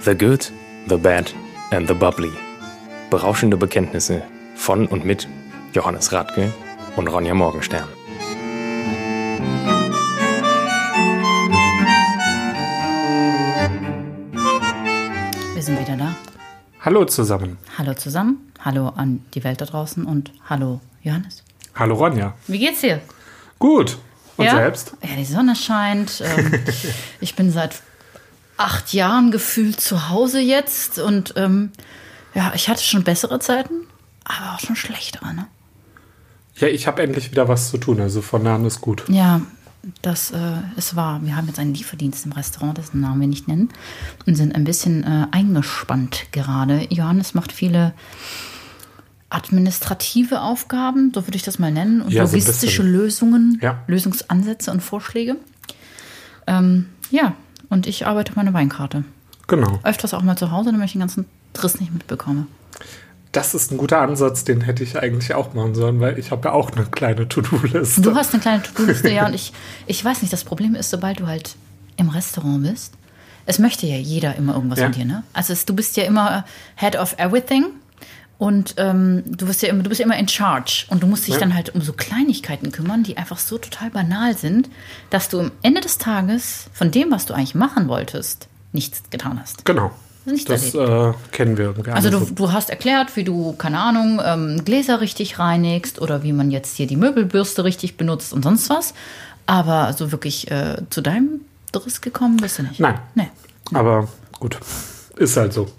The Good, The Bad and The Bubbly. Berauschende Bekenntnisse von und mit Johannes Radke und Ronja Morgenstern. Wir sind wieder da. Hallo zusammen. Hallo zusammen, hallo an die Welt da draußen und hallo Johannes. Hallo Ronja. Wie geht's dir? Gut. Und selbst? Ja, die Sonne scheint. Ähm, ich bin seit acht Jahren gefühlt zu Hause jetzt und ähm, ja, ich hatte schon bessere Zeiten, aber auch schon schlechtere. Ne? Ja, ich habe endlich wieder was zu tun, also von da an ist gut. Ja, das äh, ist wahr. Wir haben jetzt einen Lieferdienst im Restaurant, dessen Namen wir nicht nennen, und sind ein bisschen äh, eingespannt gerade. Johannes macht viele administrative Aufgaben, so würde ich das mal nennen, und Ja, so ein logistische bisschen. Lösungen, Ja. Lösungsansätze und Vorschläge. Ähm, ja, und ich arbeite meine Weinkarte. Genau. Öfters auch mal zu Hause, damit ich den ganzen Triss nicht mitbekomme. Das ist ein guter Ansatz, den hätte ich eigentlich auch machen sollen, weil ich habe ja auch eine kleine To-Do-Liste. Du hast eine kleine To-Do-Liste, ja, und ich, ich weiß nicht, das Problem ist, sobald du halt im Restaurant bist, es möchte ja jeder immer irgendwas Ja. von dir, ne? Also es, du bist ja immer Head of Everything und ähm, du bist ja immer, du bist ja immer in charge und du musst dich dann halt um so Kleinigkeiten kümmern, die einfach so total banal sind, dass du am Ende des Tages von dem, was du eigentlich machen wolltest, nichts getan hast. Genau. Ist nicht Das äh, kennen wir. gar Also du, nicht so. du hast erklärt, wie du, keine Ahnung, ähm, Gläser richtig reinigst oder wie man jetzt hier die Möbelbürste richtig benutzt und sonst was. Aber so wirklich äh, zu deinem Driss gekommen bist du nicht. Nein. Nee. Aber gut. Ist halt so.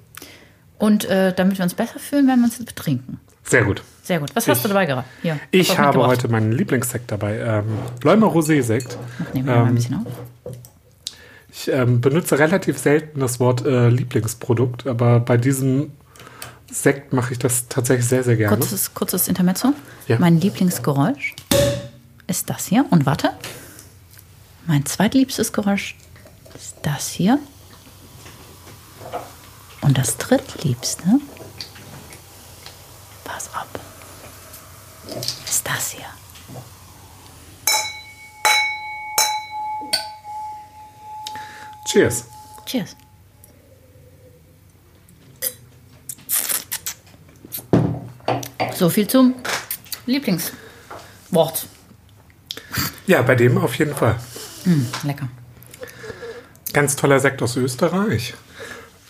Und äh, damit wir uns besser fühlen, werden wir uns jetzt betrinken. Sehr gut. Sehr gut. Was hast du Ich- dabei gerade? Hier, Ich hast du habe mitgebracht. heute meinen Lieblingssekt dabei. Ähm, Läumer Rosé-Sekt. Nehmen wir mal ein Ähm, bisschen auf. Ich ähm, benutze relativ selten das Wort äh, Lieblingsprodukt, aber bei diesem Sekt mache ich das tatsächlich sehr, sehr gerne. Kurzes, kurzes Intermezzo. Ja. Mein Lieblingsgeräusch ist das hier. Und warte. Mein zweitliebstes Geräusch ist das hier. Und das drittliebste. Pass ab. Ist das hier. Cheers. Cheers. So viel zum Lieblingswort. Ja, bei dem auf jeden Fall. Lecker. Ganz toller Sekt aus Österreich.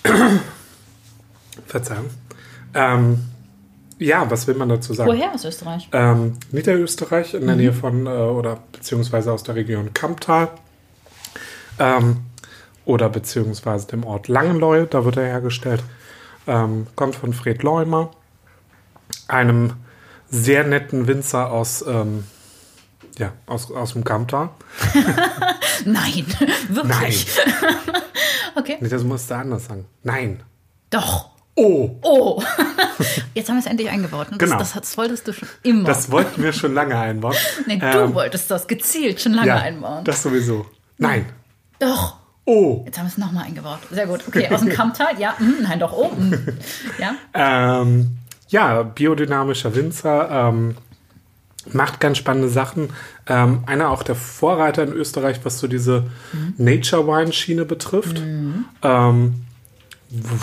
Verzeihung. Ähm, ja, was will man dazu sagen? Woher aus Österreich? Ähm, Niederösterreich in der Mhm. Nähe von äh, oder beziehungsweise aus der Region Kamptal ähm, oder beziehungsweise dem Ort Langenleu, da wird er hergestellt. Ähm, kommt von Fred Leumer, einem sehr netten Winzer aus, ähm, ja, aus, aus dem Kamptal. Nein, Nein, wirklich. Okay. nee, das musst du anders sagen. Nein. Doch. Oh, Oh. Jetzt haben wir es endlich eingebaut. Ne? Das, Genau. das, das wolltest du schon immer. das wollten wir schon lange einbauen. nee, du Ähm, wolltest das gezielt schon lange ja, einbauen. Das sowieso. Nein. doch. Oh. Jetzt haben wir es nochmal eingebaut. Sehr gut. Okay, aus dem Kammtal. Ja, mm, nein, doch oben. Ja. Ähm, ja, biodynamischer Winzer ähm, macht ganz spannende Sachen. Ähm, einer auch der Vorreiter in Österreich, was so diese Nature Wine Schiene betrifft. Ähm, w-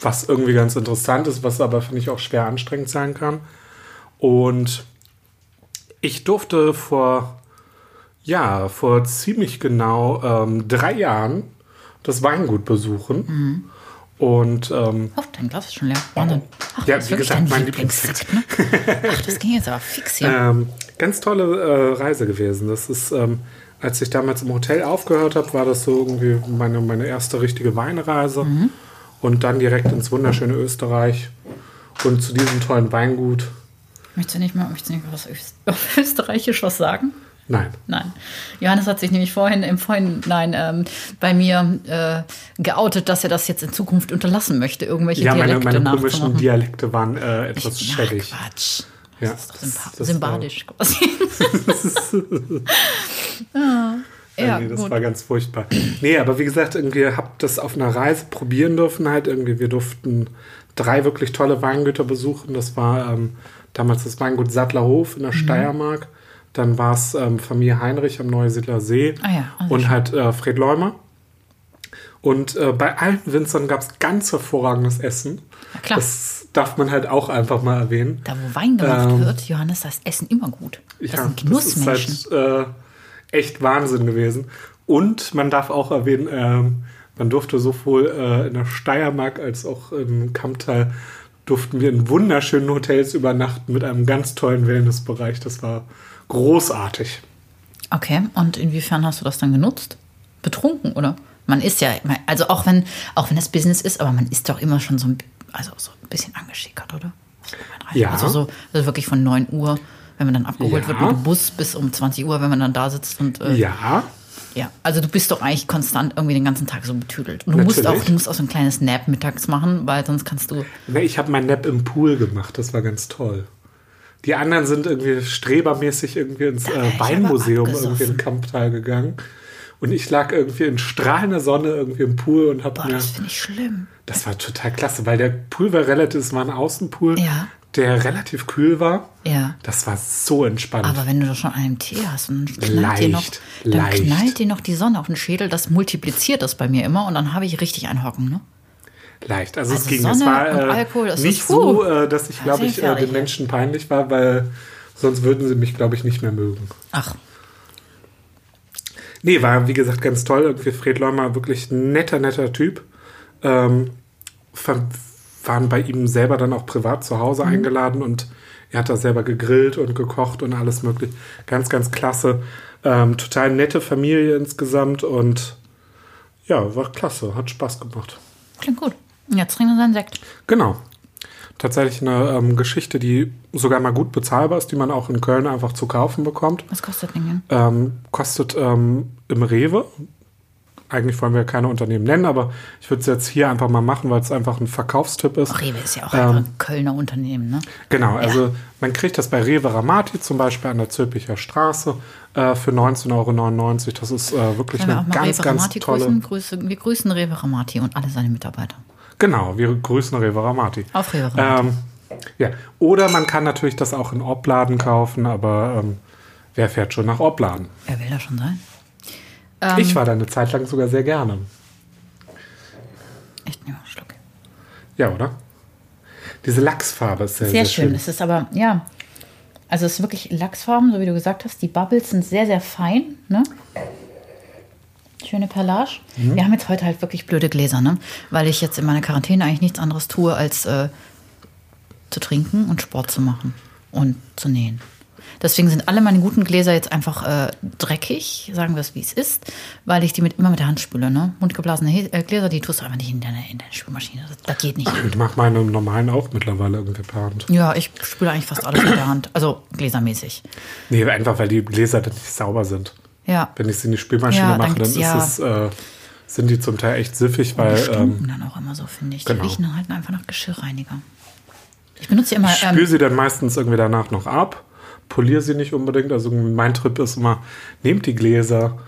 was irgendwie ganz interessant ist, was aber finde ich auch schwer anstrengend sein kann. Und ich durfte vor ja vor ziemlich genau ähm, drei Jahren das Weingut besuchen und ähm, Oh, dein Glas ist schon leer. Wahnsinn. Ach, Ja, das ist wie wirklich gesagt, dein mein Lieblingssekt, ne? Ach, das ging jetzt aber fix hier. Ähm, ganz tolle äh, Reise gewesen. Das ist, ähm, als ich damals im Hotel aufgehört habe, war das so irgendwie meine, meine erste richtige Weinreise. Mhm. Und dann direkt ins wunderschöne Österreich und zu diesem tollen Weingut. Möchtest du nicht mal, möchtest du nicht mal was Öst- Österreichisch was sagen? Nein. Nein. Johannes hat sich nämlich vorhin im Vorhinein ähm, bei mir äh, geoutet, dass er das jetzt in Zukunft unterlassen möchte, irgendwelche Ja, meine, Dialekte meine nachzumachen. komischen Dialekte waren äh, etwas Na, schäbig. Quatsch. Ja, Das ist doch das- sympa das äh, war- sympathisch quasi. ja, nee, das gut. war ganz furchtbar. Nee, aber wie gesagt, irgendwie hab das auf einer Reise probieren dürfen halt. Irgendwie, wir durften drei wirklich tolle Weingüter besuchen. Das war ähm, damals das Weingut Sattlerhof in Mhm. der Steiermark. Dann war es ähm, Familie Heinrich am Neusiedler See Ah ja, also und halt äh, Fred Leumer. Und äh, bei allen Winzern gab es ganz hervorragendes Essen. Na klar. Das darf man halt auch einfach mal erwähnen. Da, wo Wein gemacht Ähm. wird, Johannes, das Essen immer gut. Das Ja, sind Genussmenschen. Das ist halt, äh, echt Wahnsinn gewesen. Und man darf auch erwähnen, ähm, man durfte sowohl äh, in der Steiermark als auch im Kammtal durften wir in wunderschönen Hotels übernachten mit einem ganz tollen Wellnessbereich. Das war großartig. okay, und inwiefern hast du das dann genutzt? Betrunken, oder? Man ist ja, man- also auch wenn, auch wenn das Business ist, aber man ist doch immer schon so ein, also so ein bisschen angeschickert, oder? Ja. Also so also wirklich von 9 Uhr, wenn man dann abgeholt Ja. wird mit dem Bus bis um 20 Uhr, wenn man dann da sitzt und äh, Ja, Ja, also du bist doch eigentlich konstant irgendwie den ganzen Tag so betüdelt. Und du musst Natürlich. auch, du musst auch so ein kleines Nap mittags machen, weil sonst kannst du. Ne, ich habe mein Nap im Pool gemacht. Das war ganz toll. Die anderen sind irgendwie strebermäßig irgendwie ins wär äh, ich Weinmuseum aber abgesoffen. irgendwie in Kamptal gegangen. Und ich lag irgendwie in strahlender Sonne irgendwie im Pool und habe Boah, mir... das finde ich schlimm. Das war total klasse, weil der Pool war relativ... Es war ein Außenpool, Ja. der relativ kühl war. Ja. Das war so entspannt. Aber wenn du doch schon einen Tee hast und dann knallt, dir, noch, Leicht, dann leicht. knallt dir noch die Sonne auf den Schädel, das multipliziert das bei mir immer und dann habe ich richtig ein Hocken, ne? Leicht. Also, es Also ging. es Sonne war und äh, Alkohol, das nicht ist- so, puh. äh, dass ich, Ja, glaube sehr ich, äh, gefährlich, den ja. Menschen peinlich war, weil sonst würden sie mich, glaube ich, nicht mehr mögen. Ach, Nee, war wie gesagt ganz toll. Irgendwie Fred Leumer, wirklich ein netter, netter Typ. Ähm, ver- waren bei ihm selber dann auch privat zu Hause eingeladen und er hat da selber gegrillt und gekocht und alles mögliche. Ganz, ganz klasse. Ähm, total nette Familie insgesamt und ja, war klasse, hat Spaß gemacht. klingt gut. Und Jetzt trinken wir seinen Sekt. Genau. Tatsächlich eine ähm, Geschichte, die sogar mal gut bezahlbar ist, die man auch in Köln einfach zu kaufen bekommt. Was kostet denn denn? Ähm, kostet ähm, im Rewe. Eigentlich wollen wir keine Unternehmen nennen, aber ich würde es jetzt hier einfach mal machen, weil es einfach ein Verkaufstipp ist. Rewe ist ja auch Ähm. einfach ein Kölner Unternehmen, ne? Genau, also man kriegt das bei Rewe Ramati zum Beispiel an der Zülpicher Straße äh, für 19,99 Euro. Das ist äh, wirklich Können wir auch eine mal ganz, Rewe ganz Ramati tolle. grüßen? Grüße, wir grüßen Rewe Ramati und alle seine Mitarbeiter. Genau, wir grüßen Rewe Ramati. Auf Rewe Ramati. Ähm, ja. Oder man kann natürlich das auch in Obladen kaufen, aber ähm, wer fährt schon nach Obladen? Wer will da schon sein? Ähm, ich war da eine Zeit lang sogar sehr gerne. Echt, ja, Schluck. Ja, oder? Diese Lachsfarbe ist sehr, Sehr, schön. Es ist aber, ja. Also es ist wirklich Lachsfarben, so wie du gesagt hast. Die Bubbles sind sehr, sehr fein. Ne? Schöne Perlage. Wir haben jetzt heute halt wirklich blöde Gläser, ne? Weil ich jetzt in meiner Quarantäne eigentlich nichts anderes tue, als äh, zu trinken und Sport zu machen und zu nähen. Deswegen sind alle meine guten Gläser jetzt einfach äh, dreckig, sagen wir es wie es ist, weil ich die mit, immer mit der Hand spüle. Ne? Mundgeblasene He äh, Gläser, die tust du einfach nicht in deine, in deine Spülmaschine. Das, das geht nicht. Ich mache meine normalen auch mittlerweile irgendwie per Hand. Ja, ich spüle eigentlich fast alles mit der Hand. Also gläsermäßig. Nee, einfach weil die Gläser dann nicht sauber sind. Ja. Wenn ich sie in die Spülmaschine Ja, dann mache, dann gibt's- ist ja. es, äh, sind die zum Teil echt siffig, weil Die ähm, stinken dann auch immer so, finde ich. Die genau. riechen dann halt einfach nach Geschirrreiniger. Ich benutze ja immer. ich spüle Ähm, sie dann meistens irgendwie danach noch ab, poliere sie nicht unbedingt. Also mein Trip ist immer, nehmt die Gläser,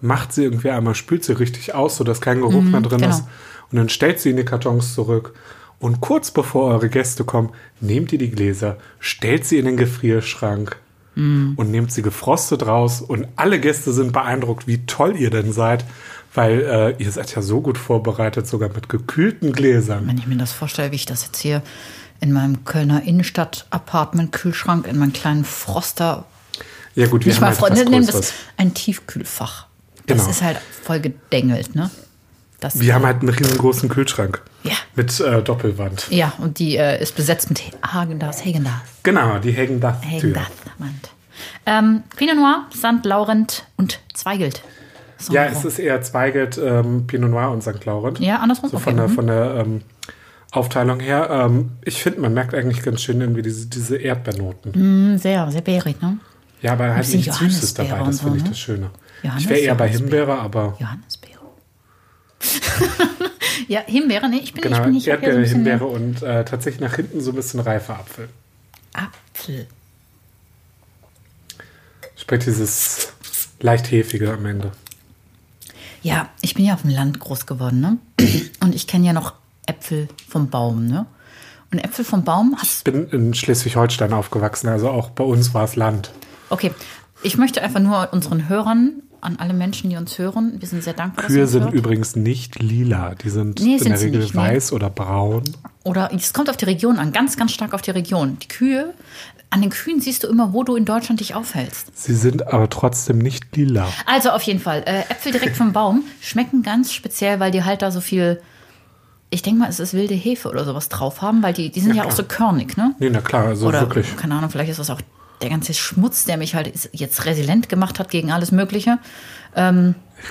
macht sie irgendwie einmal, spült sie richtig aus, sodass kein Geruch mehr drin genau. ist. Und dann stellt sie in die Kartons zurück. Und kurz bevor eure Gäste kommen, nehmt ihr die Gläser, stellt sie in den Gefrierschrank Mhm. und nehmt sie gefrostet raus. Und alle Gäste sind beeindruckt, wie toll ihr denn seid, weil äh, ihr seid ja so gut vorbereitet, sogar mit gekühlten Gläsern. wenn ich mir das vorstelle, wie ich das jetzt hier in meinem Kölner Innenstadt-Apartment-Kühlschrank, in meinem kleinen Froster, Ja gut, wir nicht haben mal halt Freunde was nennen, Größeres. das ein Tiefkühlfach. Das Genau. ist halt voll gedengelt, ne? Das, Wir haben halt einen riesengroßen Kühlschrank. Ja. Mit äh, Doppelwand. ja, und die äh, ist besetzt mit Hagendas, Hagendas. Genau, die Hagen Duff Hagen Tür. Dathmand. Ähm, Pinot Noir, St. Laurent und Zweigelt. So Ja, rum. es ist eher Zweigelt, ähm, Pinot Noir und St. Laurent. Ja, andersrum? So Okay, von der, mhm. von der ähm, Aufteilung her. Ähm, ich finde, man merkt eigentlich ganz schön irgendwie diese, diese Erdbeernoten. Mm, sehr, sehr beerig, ne? Ja, aber halt bisschen nichts Süßes Johannisbeere dabei. und Das so, finde ich ne? das Schöne. ich Johannes- wäre eher bei Johannisbeere. Himbeere, aber Johannisbeere. ja, Himbeere, ne? Ich bin, ich genau, bin nicht hab ja Erdbeere, so ein bisschen Himbeere und äh, tatsächlich nach hinten so ein bisschen reifer Apfel. Apfel. Sprich, dieses leicht hefige am Ende. Ja, ich bin ja auf dem Land groß geworden, ne? Und ich kenne ja noch Äpfel vom Baum, ne? Und Äpfel vom Baum hast Bin in Schleswig-Holstein aufgewachsen, also auch bei uns war es Land. Okay, ich möchte einfach nur unseren Hörern an alle Menschen, die uns hören. Wir sind sehr dankbar. dass ihr Kühe uns sind hört. übrigens nicht lila. Die sind Nee, in sind der sie Regel nicht, nee. weiß oder braun. Oder es kommt auf die Region an, ganz, ganz stark auf die Region. Die Kühe, an den Kühen siehst du immer, wo du in Deutschland dich aufhältst. Sie sind aber trotzdem nicht lila. Also auf jeden Fall, äh, Äpfel direkt vom Baum schmecken ganz speziell, weil die halt da so viel, ich denke mal, es ist wilde Hefe oder sowas drauf haben, weil die, die sind ja, auch klar. so körnig, ne? Nee, na klar, also Oder, wirklich. keine Ahnung, vielleicht ist das auch der ganze Schmutz, der mich halt ist- jetzt resilient gemacht hat gegen alles Mögliche.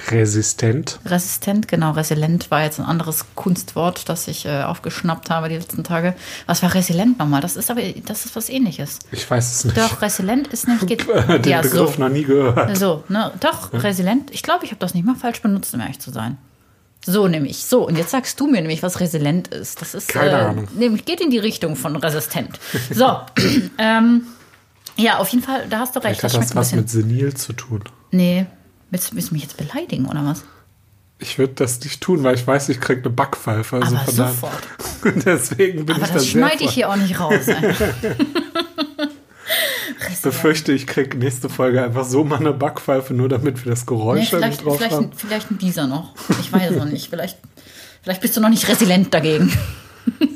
Resistent. Resistent, genau, resilient war jetzt ein anderes Kunstwort, das ich äh, aufgeschnappt habe die letzten Tage. Was war resilient nochmal? Das ist aber, das ist was ähnliches. Ich weiß es nicht. Doch, resilient ist nicht. Geht, Den ja, Begriff so. noch nie gehört. so ne? Doch, resilient. Ich glaube, ich habe das nicht mal falsch benutzt, um ehrlich zu sein. So nämlich. So, und jetzt sagst du mir nämlich, was resilient ist. Das ist Keine Ahnung. nämlich geht in die Richtung von resistent. So. ähm, ja, auf jeden Fall, da hast du recht. Vielleicht hat das schmeckt was ein mit bisschen. senil zu tun. Nee. Willst, willst du mich jetzt beleidigen oder was? Ich würde das nicht tun, weil ich weiß, ich kriege eine Backpfeife. Also Aber von sofort. daher- Deswegen bin Aber ich da das sehr schneide ich ich hier auch nicht raus. ey. befürchte, ich kriege nächste Folge einfach so mal eine Backpfeife, nur damit wir das Nee, Geräusch vielleicht, nicht drauf vielleicht, haben. vielleicht ein dieser noch. Ich weiß es noch nicht. Vielleicht, vielleicht bist du noch nicht resilient dagegen.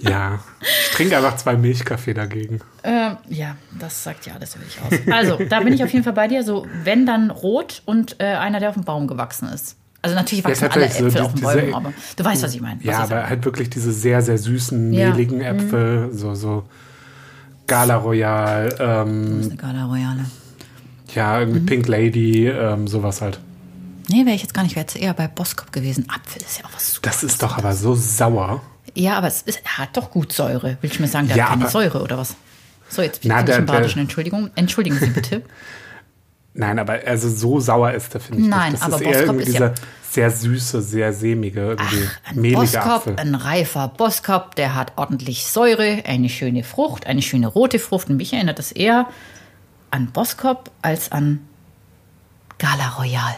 Ja, ich trinke einfach zwei Milchkaffee dagegen. Ähm, ja, das sagt ja alles über dich aus. Also, da bin ich auf jeden Fall bei dir. So, wenn dann rot und äh, einer, der auf dem Baum gewachsen ist. Also natürlich wachsen alle tatsächlich, so Äpfel die- auf den diese- Bäumen, aber du weißt, was ich meine. Ja, was ich aber halt wirklich diese sehr, sehr süßen, Ja. Mhm. mehligen Äpfel, so, so Gala Royal, ähm, sage. Gala Royale. ja, irgendwie Mhm. Pink Lady, ähm, sowas halt. Nee, wäre ich jetzt gar nicht, wäre jetzt eher bei Boskop gewesen. Apfel ist ja auch was super. Das ist doch aber so sauer. Ja, aber es ist, er hat doch gut Säure. Willst du mir sagen, der Ja, hat keine aber- Säure oder was? So, jetzt bin Na, ich der- im der- Badischen, Entschuldigung. Entschuldigen Sie bitte. Nein, aber also so sauer ist der, finde ich Nein, nicht. Das aber ist Boskop eher irgendwie ist ja- dieser sehr süße, sehr sämige, irgendwie Ein mehlige Boskop, Apfel. ein reifer Boskop, der hat ordentlich Säure, eine schöne Frucht, eine schöne rote Frucht. Und mich erinnert es eher an Boskop als an Gala Royal.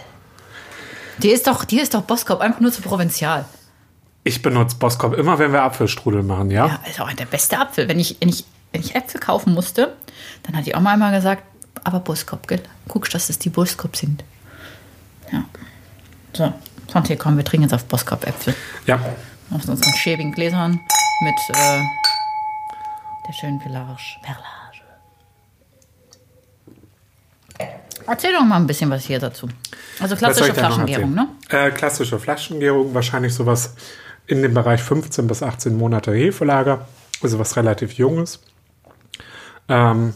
Die ist doch, die ist doch Boskop, einfach nur zu provinzial. Ich benutze Boskop immer, wenn wir Apfelstrudel machen, ja? Ja, ist auch der beste Apfel. Wenn ich, wenn ich, wenn ich Äpfel kaufen musste, dann hat die Oma immer gesagt, aber Boskop, gell? Guckst, dass es die Boskop sind. Ja. So, von hier kommen wir trinken jetzt auf Boskop-Äpfel. Ja. aus unseren schäbigen Gläsern mit äh, der schönen Perlage. Perlage. Erzähl doch mal ein bisschen was hier dazu. Also Was soll klassische ich denn noch Flaschengärung, ne? erzählen? Äh, klassische Flaschengärung, wahrscheinlich sowas in dem Bereich 15 bis 18 Monate Hefelager, also was relativ Junges. Ähm,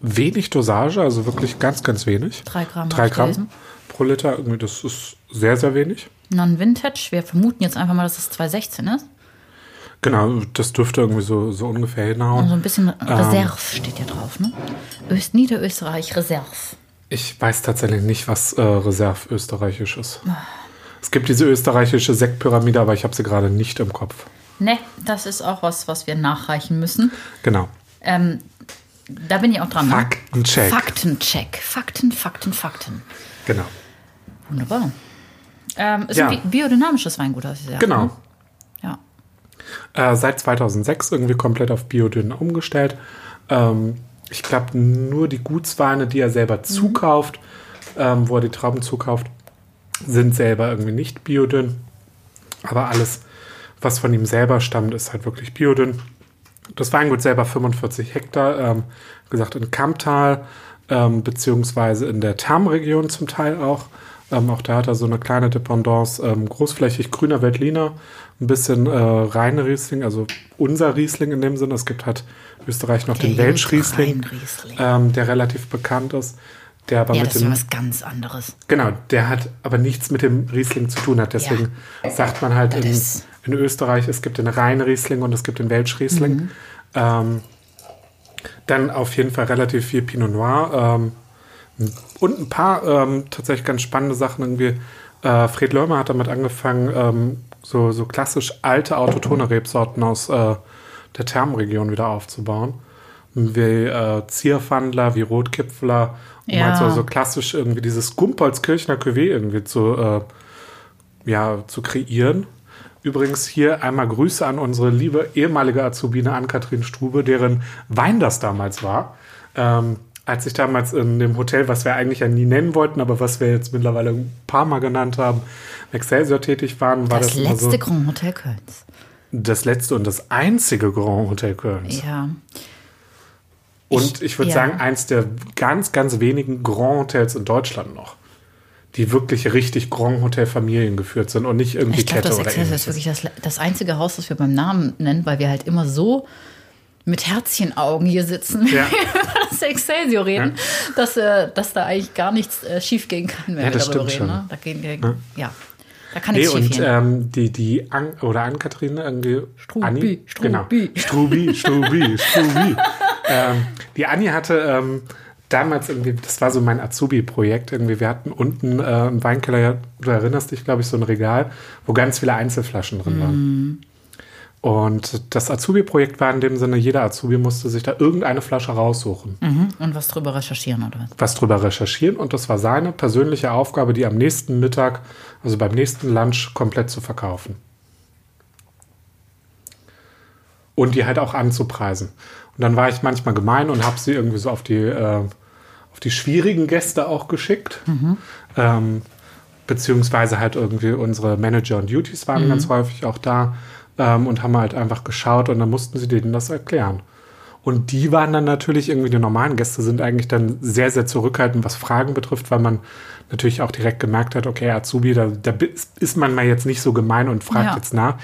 wenig Dosage, also wirklich ganz, ganz wenig. Drei Gramm, hab Drei ich Gramm gelesen. pro Liter, irgendwie, das ist sehr, sehr wenig. Non-Vintage. Wir vermuten jetzt einfach mal, dass es 2016 ist. Genau, das dürfte irgendwie so, so ungefähr hinhauen. Ähm, Und so Also ein bisschen Reserve steht ja drauf, ne? Öst Niederösterreich Reserve. Ich weiß tatsächlich nicht, was äh, Reserve österreichisch ist. Es gibt diese österreichische Sektpyramide, aber ich habe sie gerade nicht im Kopf. Ne, das ist auch was, was wir nachreichen müssen. Genau. Ähm, da bin ich auch dran. Faktencheck. Ne? Faktencheck. Fakten, Fakten, Fakten. Genau. Wunderbar. Ähm, ist Ja. ein bi biodynamisches Weingut, hast du gesagt. Genau. Ne? Ja. Äh, seit 2006 irgendwie komplett auf Biodünn umgestellt. Ähm, ich glaube, nur die Gutsweine, die er selber zukauft, ähm, wo er die Trauben zukauft, sind selber irgendwie nicht biodünn. Aber alles, was von ihm selber stammt, ist halt wirklich biodünn. Das Weingut selber 45 Hektar, ähm, gesagt in Kammtal, ähm, beziehungsweise in der Tarmregion zum Teil auch. Ähm, auch da hat er so eine kleine Dependance, ähm, großflächig grüner Veltliner, ein bisschen äh, reine Riesling, also unser Riesling in dem Sinne. Es gibt halt in Österreich noch den Der Welschriesling, Rheinriesling. ähm, der relativ bekannt ist, der aber ja, mit das ist ja dem was ganz anderes. Genau, der hat aber nichts mit dem Riesling zu tun hat. Deswegen sagt man halt in, ist- in Österreich, es gibt den Rhein-Riesling und es gibt den Welsch-Riesling. Ähm, dann auf jeden Fall relativ viel Pinot Noir ähm, und ein paar ähm, tatsächlich ganz spannende Sachen irgendwie. Äh, Fred Löhmer hat damit angefangen, ähm, so, so klassisch alte autotone Rebsorten aus äh, der Thermregion wieder aufzubauen. Wie äh, Zierfandler, wie Rotkipfler, um Ja. halt so, so klassisch irgendwie dieses Gumpolz-Kirchner Cuvée irgendwie zu, äh, ja, zu kreieren. Übrigens hier einmal Grüße an unsere liebe ehemalige Azubine Ann-Kathrin Strube, deren Wein das damals war. Ähm, als ich damals in dem Hotel, was wir eigentlich ja nie nennen wollten, aber was wir jetzt mittlerweile ein paar Mal genannt haben, im Excelsior tätig waren, war das, also Das immer letzte so Grand Hotel Kölns. das letzte und das einzige Grand Hotel Kölns. Ja. Und ich würde ja. sagen, eins der ganz, ganz wenigen Grand Hotels in Deutschland noch, die wirklich richtig Grand Hotel Familien geführt sind und nicht irgendwie Ich glaube, Kette das oder Excelsior ist ähnliches. wirklich das, das einzige Haus, das wir beim Namen nennen, weil wir halt immer so mit Herzchenaugen hier sitzen, wenn Ja. wir über das Excelsior reden, dass, äh, dass da eigentlich gar nichts äh, schief gehen kann, wenn Ja, wir das darüber reden. stimmt schon. Ne? Da, gehen, wir- ja. da kann Nee, nichts schief und gehen. ähm, die, die An oder Ann-Kathrin irgendwie. Strubi, Anni, Strubi. Genau. Strubi, Strubi, Strubi. ähm, die Anni hatte ähm, damals irgendwie, das war so mein Azubi-Projekt, irgendwie, wir hatten unten äh, im Weinkeller, du erinnerst dich, glaube ich, so ein Regal, wo ganz viele Einzelflaschen drin waren. Mhm. Und das Azubi-Projekt war in dem Sinne, jeder Azubi musste sich da irgendeine Flasche raussuchen mhm. und was drüber recherchieren oder was? was drüber recherchieren und das war seine persönliche Aufgabe, die am nächsten Mittag, also beim nächsten Lunch, komplett zu verkaufen. Und die halt auch anzupreisen. Und dann war ich manchmal gemein und habe sie irgendwie so auf die, äh, auf die schwierigen Gäste auch geschickt. Ähm, beziehungsweise halt irgendwie unsere Manager und Duties waren ganz häufig auch da ähm, und haben halt einfach geschaut und dann mussten sie denen das erklären. Und die waren dann natürlich irgendwie, die normalen Gäste sind eigentlich dann sehr, sehr zurückhaltend, was Fragen betrifft, weil man natürlich auch direkt gemerkt hat, okay, Azubi, da, da bi- ist man mal jetzt nicht so gemein und fragt Ja. jetzt nach.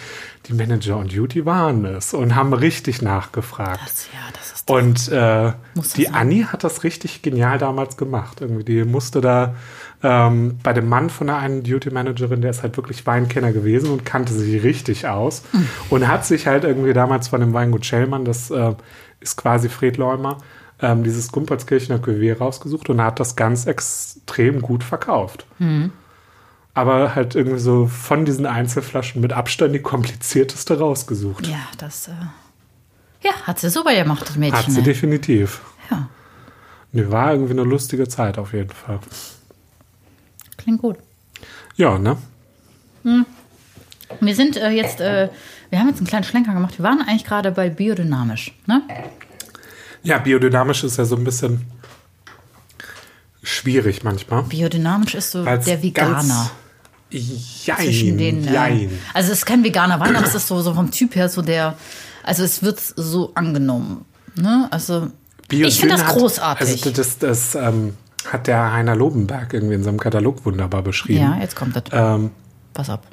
Die Manager und Duty waren es und haben richtig nachgefragt. Das, ja, das ist Und äh, Muss das die sein. Anni hat das richtig genial damals gemacht. Irgendwie, die musste da ähm, bei dem Mann von der einen Duty Managerin, der ist halt wirklich Weinkenner gewesen und kannte sich richtig aus Mhm. und hat sich halt irgendwie damals von dem Weingut Schellmann, das äh, ist quasi Fred Leumer, ähm, dieses Gumpertskirchener Cuvée rausgesucht und hat das ganz extrem gut verkauft. Mhm. Aber halt irgendwie so von diesen Einzelflaschen mit Abstand die komplizierteste rausgesucht. ja, das äh, ja, hat sie super gemacht, das Mädchen. Hat sie ey. definitiv. ja, Nee, war irgendwie eine lustige Zeit auf jeden Fall. klingt gut. Ja, ne? Wir sind äh, jetzt, äh, wir haben jetzt einen kleinen Schlenker gemacht. Wir waren eigentlich gerade bei biodynamisch. Ne? Ja, biodynamisch ist ja so ein bisschen schwierig manchmal. Biodynamisch ist so weil's der Veganer. Ganz, jein, zwischen den. Äh, jein. also es ist kein veganer Wein, aber es ist so, so vom Typ her so der. Also es wird so angenommen. Ne? Also ich finde das Biodyn hat- großartig. Also das, das ähm, hat der Heiner Lobenberg irgendwie in seinem Katalog wunderbar beschrieben. ja, jetzt kommt das. Ähm, Pass ab.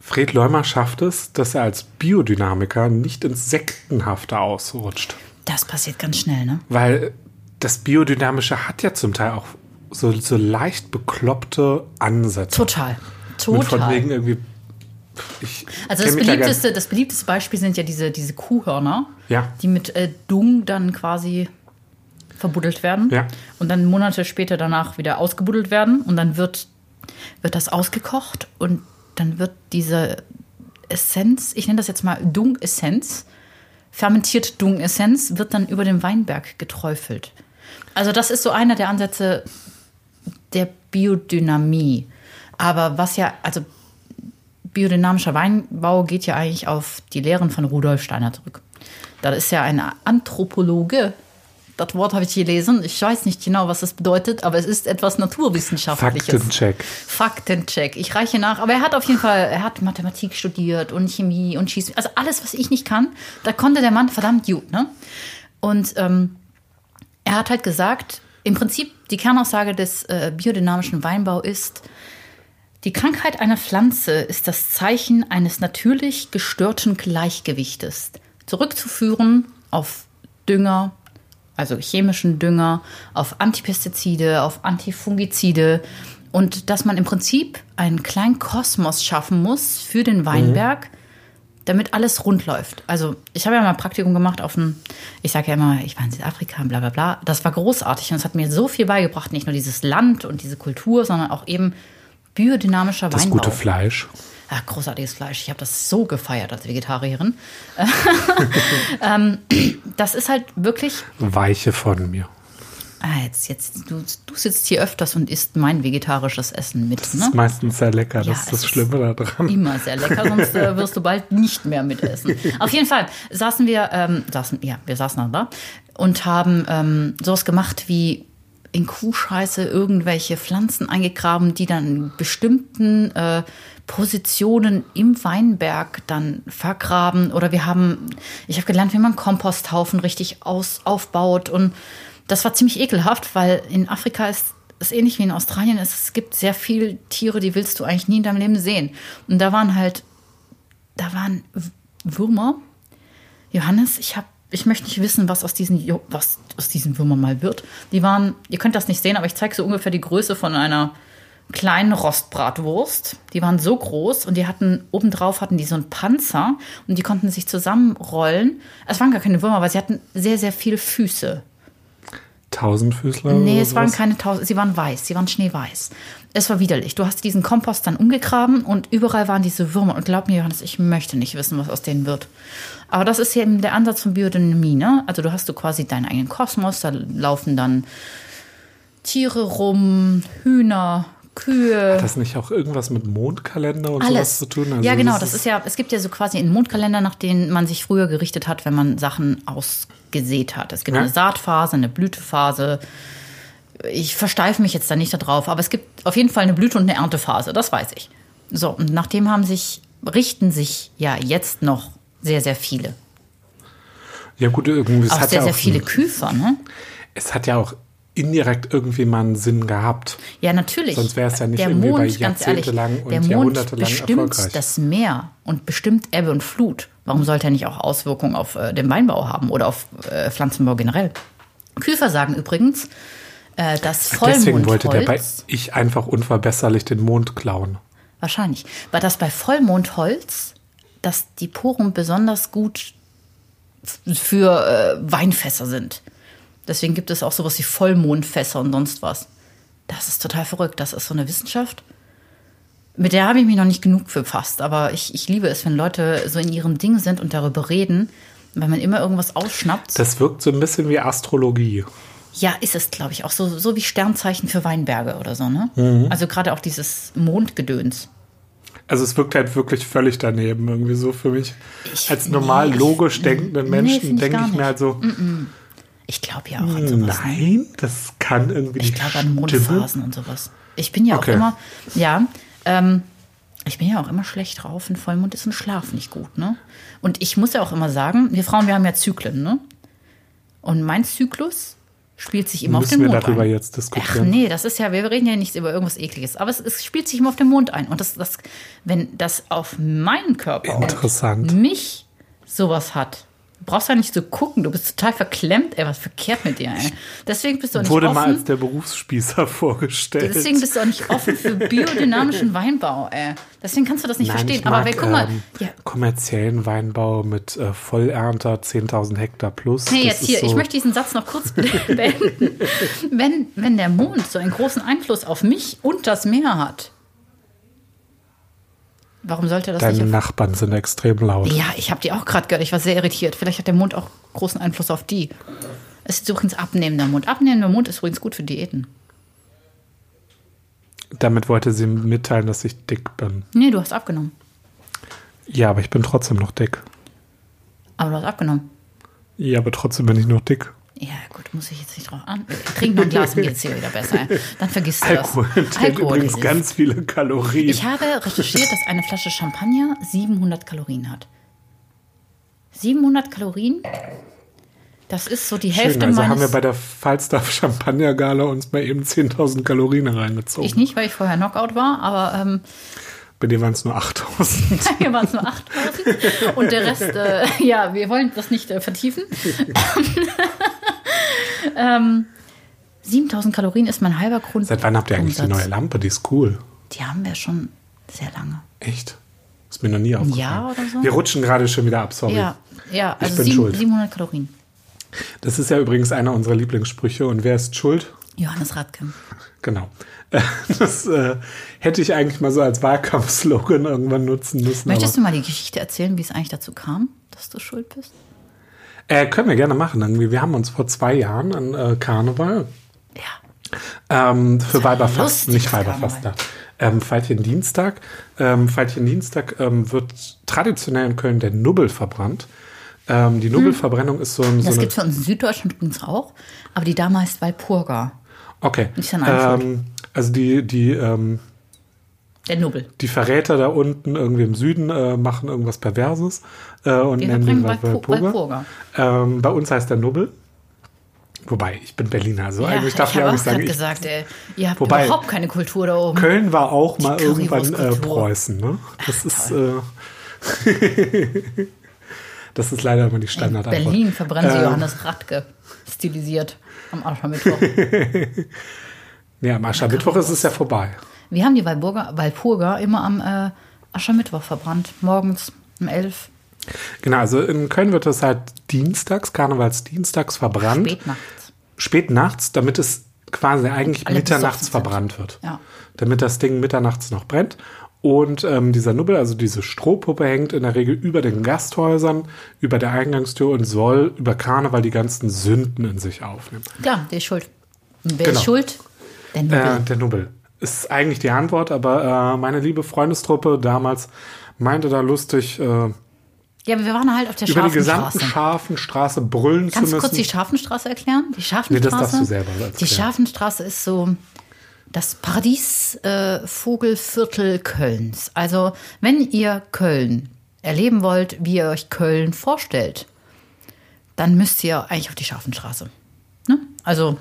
Fred Leumer schafft es, dass er als Biodynamiker nicht ins Sektenhafte ausrutscht. Das passiert ganz schnell, ne? Weil das Biodynamische hat ja zum Teil auch so, so leicht bekloppte Ansätze. Total. Mit von Total. wegen irgendwie. Ich Also kenn das mich da gar nicht- beliebteste, das beliebteste Beispiel sind ja diese, diese Kuhhörner, Ja. die mit äh, Dung dann quasi verbuddelt werden Ja. und dann Monate später danach wieder ausgebuddelt werden und dann wird, wird das ausgekocht und dann wird diese Essenz, ich nenne das jetzt mal Dung-Essenz, fermentierte Dung-Essenz, wird dann über den Weinberg geträufelt. Also das ist so einer der Ansätze der Biodynamie. Aber was ja, also biodynamischer Weinbau geht ja eigentlich auf die Lehren von Rudolf Steiner zurück. Da ist ja ein Anthropologe. Das Wort habe ich gelesen. Ich weiß nicht genau, was das bedeutet, aber es ist etwas Naturwissenschaftliches. Faktencheck. Faktencheck. Ich reiche nach. Aber er hat auf jeden Fall, er hat Mathematik studiert und Chemie und Schieß. Also alles, was ich nicht kann, da konnte der Mann verdammt gut. Ne? Und ähm, er hat halt gesagt, im Prinzip die Kernaussage des äh, biodynamischen Weinbau ist, die Krankheit einer Pflanze ist das Zeichen eines natürlich gestörten Gleichgewichtes, zurückzuführen auf Dünger, also chemischen Dünger, auf Antipestizide, auf Antifungizide und dass man im Prinzip einen kleinen Kosmos schaffen muss für den Weinberg, damit alles rund läuft. Also ich habe ja mal ein Praktikum gemacht auf dem, ich sage ja immer, ich war in Südafrika und bla bla bla. Das war großartig und es hat mir so viel beigebracht, nicht nur dieses Land und diese Kultur, sondern auch eben biodynamischer Das Weinbau. gute Fleisch. Ach, großartiges Fleisch. Ich habe das so gefeiert als Vegetarierin. ähm, das ist halt wirklich Weiche von mir. Ah, jetzt, jetzt, du, du sitzt hier öfters und isst mein vegetarisches Essen mit, Das ne? ist meistens sehr lecker, Ja, das ist es das ist Schlimme daran. Immer sehr lecker, sonst äh, wirst du bald nicht mehr mitessen. Auf jeden Fall saßen wir, ähm, saßen, ja, wir saßen da und haben ähm, sowas gemacht wie in Kuhscheiße irgendwelche Pflanzen eingegraben, die dann in bestimmten äh, Positionen im Weinberg dann vergraben. Oder wir haben, ich habe gelernt, wie man Komposthaufen richtig aus, aufbaut. Und das war ziemlich ekelhaft, weil in Afrika ist ist ähnlich wie in Australien. Es gibt sehr viel Tiere, die willst du eigentlich nie in deinem Leben sehen. Und da waren halt, da waren W- Würmer. Johannes, ich habe, ich möchte nicht wissen, was aus diesen, Jo- was aus diesen Würmern mal wird. Die waren, ihr könnt das nicht sehen, aber ich zeige so ungefähr die Größe von einer kleinen Rostbratwurst. Die waren so groß und die hatten, obendrauf hatten die so einen Panzer und die konnten sich zusammenrollen. Es waren gar keine Würmer, aber sie hatten sehr, sehr viele Füße. Tausendfüßler? Nee, oder es waren sowas? keine Tausend, sie waren weiß, sie waren schneeweiß. Es war widerlich. Du hast diesen Kompost dann umgegraben und überall waren diese Würmer. Und glaub mir, Johannes, ich möchte nicht wissen, was aus denen wird. Aber das ist eben der Ansatz von Biodynamie, ne? Also du hast du quasi deinen eigenen Kosmos, da laufen dann Tiere rum, Hühner, Kühe. Hat das nicht auch irgendwas mit Mondkalender und sowas Alles. zu tun? Also ja, genau. Das, ist ja, es gibt ja so quasi einen Mondkalender, nach den man sich früher gerichtet hat, wenn man Sachen ausgesät hat. Es gibt Ja. eine Saatphase, eine Blütephase. Ich versteife mich jetzt da nicht darauf, aber es gibt auf jeden Fall eine Blüte und eine Erntephase. Das weiß ich. So, und nachdem haben sich, richten sich ja jetzt noch sehr, sehr viele. Ja, gut, irgendwie. Es Auch hat, sehr, ja sehr auch viele Küfer, ne? es hat ja auch indirekt irgendwie mal einen Sinn gehabt. Ja, natürlich. Sonst wäre es ja nicht der irgendwie Mond, bei ganz ehrlich, jahrzehntelang und der Mond jahrhundertelang bestimmt erfolgreich. das Meer und bestimmt Ebbe und Flut. Warum sollte er nicht auch Auswirkungen auf äh, den Weinbau haben oder auf äh, Pflanzenbau generell? Küfer sagen übrigens, äh, dass Vollmondholz Deswegen wollte der bei Ich einfach unverbesserlich den Mond klauen. wahrscheinlich, war das bei Vollmondholz, dass die Poren besonders gut f- für äh, Weinfässer sind. Deswegen gibt es auch sowas wie Vollmondfässer und sonst was. Das ist total verrückt. Das ist so eine Wissenschaft. Mit der habe ich mich noch nicht genug befasst, aber ich, ich liebe es, wenn Leute so in ihrem Ding sind und darüber reden, weil man immer irgendwas ausschnappt. Das wirkt so ein bisschen wie Astrologie. Ja, ist es, glaube ich, auch so, so wie Sternzeichen für Weinberge oder so, ne? Mhm. Also gerade auch dieses Mondgedöns. Also es wirkt halt wirklich völlig daneben irgendwie so für mich. Ich- Als normal nee, ich- logisch denkenden nee, Menschen find ich denke gar ich mir nicht. halt so, Ich glaube ja auch an sowas. Hm, ne? nein, das kann irgendwie Ich nicht glaube an stimmen. Mondphasen und sowas. Ich bin ja Okay. auch immer, ja, ähm, ich bin ja auch immer schlecht drauf. Ein Vollmond ist im Schlaf nicht gut, ne? Und ich muss ja auch immer sagen, wir Frauen, wir haben ja Zyklen, ne? Und mein Zyklus spielt sich immer auf Müssen den wir Mond darüber ein. jetzt Ach diskutieren? nee, das ist ja, wir reden ja nicht über irgendwas Ekliges, aber es, es spielt sich immer auf den Mond ein. Und das, das, wenn das auf meinen Körper und Interessant. mich sowas hat, du brauchst ja nicht so gucken, du bist total verklemmt, ey, was ist verkehrt mit dir, ey. Deswegen bist du auch nicht Wurde offen. mal als der Berufsspießer vorgestellt. Deswegen bist du auch nicht offen für biodynamischen Weinbau, ey. Deswegen kannst du das nicht Nein, verstehen. ich Aber mag, wer, guck mal, ähm, ja, kommerziellen Weinbau mit äh, Vollernter 10.000 Hektar plus. nee, Das jetzt ist hier, so, ich möchte diesen Satz noch kurz beenden. wenn, wenn der Mond so einen großen Einfluss auf mich und das Meer hat, warum sollte das Deine nicht auf Nachbarn sind extrem laut. Ja, ich habe die auch gerade gehört. Ich war sehr irritiert. Vielleicht hat der Mond auch großen Einfluss auf die. Es ist übrigens abnehmender Mond. Abnehmender Mond ist übrigens gut für Diäten. Damit wollte sie mitteilen, dass ich dick bin. Nee, du hast abgenommen. Ja, aber ich bin trotzdem noch dick. Aber du hast abgenommen. Ja, aber trotzdem bin ich noch dick. Ja, gut, muss ich jetzt nicht drauf an. Trink noch ein Glas und geht's hier wieder besser. Dann vergisst du das. Alkohol enthält übrigens ist- ganz viele Kalorien. Ich habe recherchiert, dass eine Flasche Champagner 700 Kalorien hat. 700 Kalorien? Das ist so die Hälfte Schön, also meines. haben wir bei der Falstaff Champagner Gala uns mal eben 10.000 Kalorien reingezogen. ich nicht, weil ich vorher Knockout war, aber ähm, Bei dir waren es nur 8.000. Hier waren es nur 8000 und der Rest, äh, ja, wir wollen das nicht äh, vertiefen. ähm, 7000 Kalorien ist mein halber Grund. Seit wann habt ihr eigentlich die Umsatz. neue Lampe? Die ist cool. Die haben wir schon sehr lange. Echt? Ist mir noch nie aufgefallen. Jahr oder so? Wir rutschen gerade schon wieder ab, sorry. Ja, ja, Ich also bin sieben, schuld. 700 Kalorien. Das ist ja übrigens einer unserer Lieblingssprüche. Und wer ist schuld? Johannes Radke. Genau. Äh, Das äh, hätte ich eigentlich mal so als Wahlkampfslogan irgendwann nutzen müssen. Möchtest Aber, du mal die Geschichte erzählen, wie es eigentlich dazu kam, dass du schuld bist? äh, können wir gerne machen. Irgendwie. Wir haben uns vor zwei Jahren an äh, Karneval Ähm, für Weiberfasten, lustig, nicht das Weiberfasten. Ähm, Veilchen Dienstag. Ähm, Veilchen Dienstag ähm, wird traditionell in Köln der Nubbel verbrannt. Ähm, die Nubbelverbrennung ist so, ein- so Hm. Das eine gibt es bei uns in Süddeutschland übrigens auch, aber die damals Walpurga, Okay. Nicht an Anfang. Ähm, also die, die, ähm, der Nubbel. die Verräter da unten irgendwie im Süden äh, machen irgendwas Perverses äh, und Die nennen den verbringen Wald Walpur- Walpurga. Walpurga. Ähm, bei uns heißt der Nubbel. Wobei, ich bin Berliner, also eigentlich darf ich hab auch nicht sagen. grad Ich, gesagt, ey, ihr habt Wobei- überhaupt keine Kultur da oben. Köln war auch mal irgendwann äh, Currywurstkultur. Preußen, ne? Das ist. Äh, das ist leider immer die In Standardantwort. Berlin verbrennen sie Ähm, Johannes Radke, stilisiert am Aschermittwoch. Ja, am Aschermittwoch ist es ja vorbei. Wir haben die Walburga, Walpurga immer am äh, Aschermittwoch verbrannt, morgens um elf. Genau, also in Köln wird das halt dienstags, Karnevalsdienstags verbrannt. Spätnachts. spät nachts, damit es quasi eigentlich Alle besoffen mitternachts sind. verbrannt wird. Ja. Damit das Ding mitternachts noch brennt. Und ähm, dieser Nubbel, also diese Strohpuppe, hängt in der Regel über den Gasthäusern, über der Eingangstür und soll über Karneval die ganzen Sünden in sich aufnehmen. Klar, der ist schuld. Und wer Genau. ist schuld? Der Nubbel. Äh, der Nubbel ist eigentlich die Antwort, aber äh, meine liebe Freundestruppe damals meinte da lustig, äh, über ja, aber wir waren halt auf der die scharfen gesamten Straße. scharfen Straße brüllen Kannst du zu müssen. kurz die Scharfenstraße erklären? Die Scharfenstraße, Nee, das darfst du selber erklären. Die Scharfenstraße ist so das Paradies äh, Vogelviertel Kölns. Also, wenn ihr Köln erleben wollt, wie ihr euch Köln vorstellt, dann müsst ihr eigentlich auf die Scharfenstraße. Ne? Also,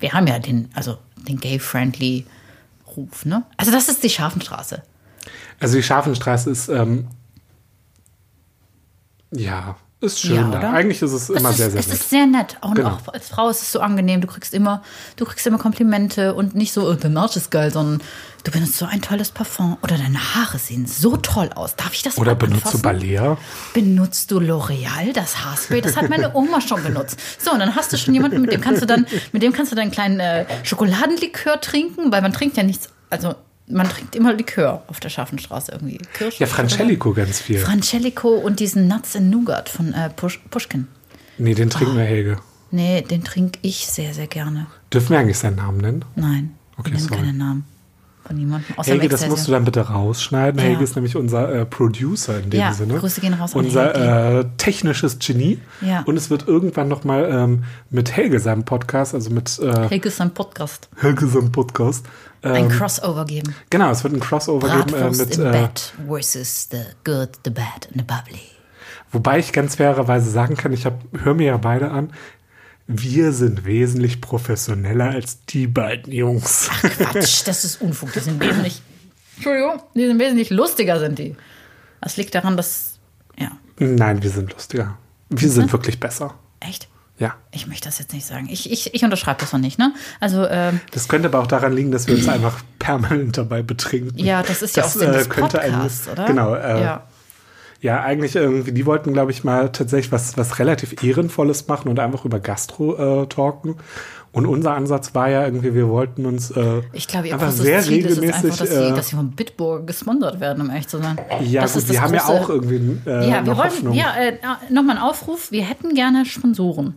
wir haben ja den, also den gay-friendly Ruf. Ne? Also, das ist die Scharfenstraße. Also die Scharfenstraße ist, ähm, ja, ist schön Ja, da. oder? Eigentlich ist es es immer ist, sehr, sehr Es nett. ist sehr nett. Und Genau. auch als Frau ist es so angenehm. Du kriegst immer, du kriegst immer Komplimente und nicht so, oh, der Marsch ist geil, sondern du benutzt so ein tolles Parfum oder deine Haare sehen so toll aus. Darf ich das Oder mal benutzt du anfassen? Balea? Benutzt du L'Oreal, das Haarspray? Das hat meine Oma schon benutzt. So, und dann hast du schon jemanden, mit dem kannst du dann, mit dem kannst du deinen kleinen äh, Schokoladenlikör trinken, weil man trinkt ja nichts, also man trinkt immer Likör auf der scharfen Straße irgendwie. Kirsch Ja, Francelico ganz viel. Francelico und diesen Nuts in Nougat von äh, Push, Pushkin. nee, den trinken Ah. wir Helge. Nee, den trinke ich sehr, sehr gerne. Dürfen wir eigentlich seinen Namen nennen? Nein. Okay, wir nehmen sorry. keinen Namen von niemandem. Außer Helge, das musst du dann bitte rausschneiden. Ja. Helge ist nämlich unser äh, Producer in dem Ja, Sinne. Grüße gehen raus an Unser äh, technisches Genie. Ja. Und es wird irgendwann nochmal ähm, mit Helge seinem Podcast, also mit äh, Helge ist ein Podcast. Helge seinem Podcast. Ein Ähm, Crossover geben. genau, es wird ein Crossover geben äh, Bratwurst mit im äh, Bett versus the good, the bad and the bubbly. Wobei ich ganz fairerweise sagen kann, ich höre mir ja beide an, wir sind wesentlich professioneller als die beiden Jungs. Quatsch, das ist Unfug. Die sind wesentlich, Entschuldigung, die sind wesentlich lustiger, sind die. Das liegt daran, dass, ja, Nein, wir sind lustiger. Wir Mhm. sind wirklich besser. echt? Ja. Ich möchte das jetzt nicht sagen. Ich, ich, ich unterschreibe das noch nicht, ne? Also, ähm, Das könnte aber auch daran liegen, dass wir uns einfach permanent dabei betrinken. ja, das ist ja auch Sinn des äh, könnte ein- Podcasts, oder? Genau. Äh, ja. ja. eigentlich irgendwie, die wollten, glaube ich, mal tatsächlich was, was relativ Ehrenvolles machen und einfach über Gastro äh, talken. Und unser Ansatz war ja irgendwie, wir wollten uns äh, Ich glaube, ihr einfach großes sehr Ziel ist es regelmäßig. einfach, dass, sie, äh, dass sie von Bitburger gesponsert werden, um ehrlich zu sein. Ja, das gut, ist wir das haben ja große- auch irgendwie äh, Ja, wir noch wollen, Hoffnung. ja, äh, nochmal ein Aufruf. Wir hätten gerne Sponsoren.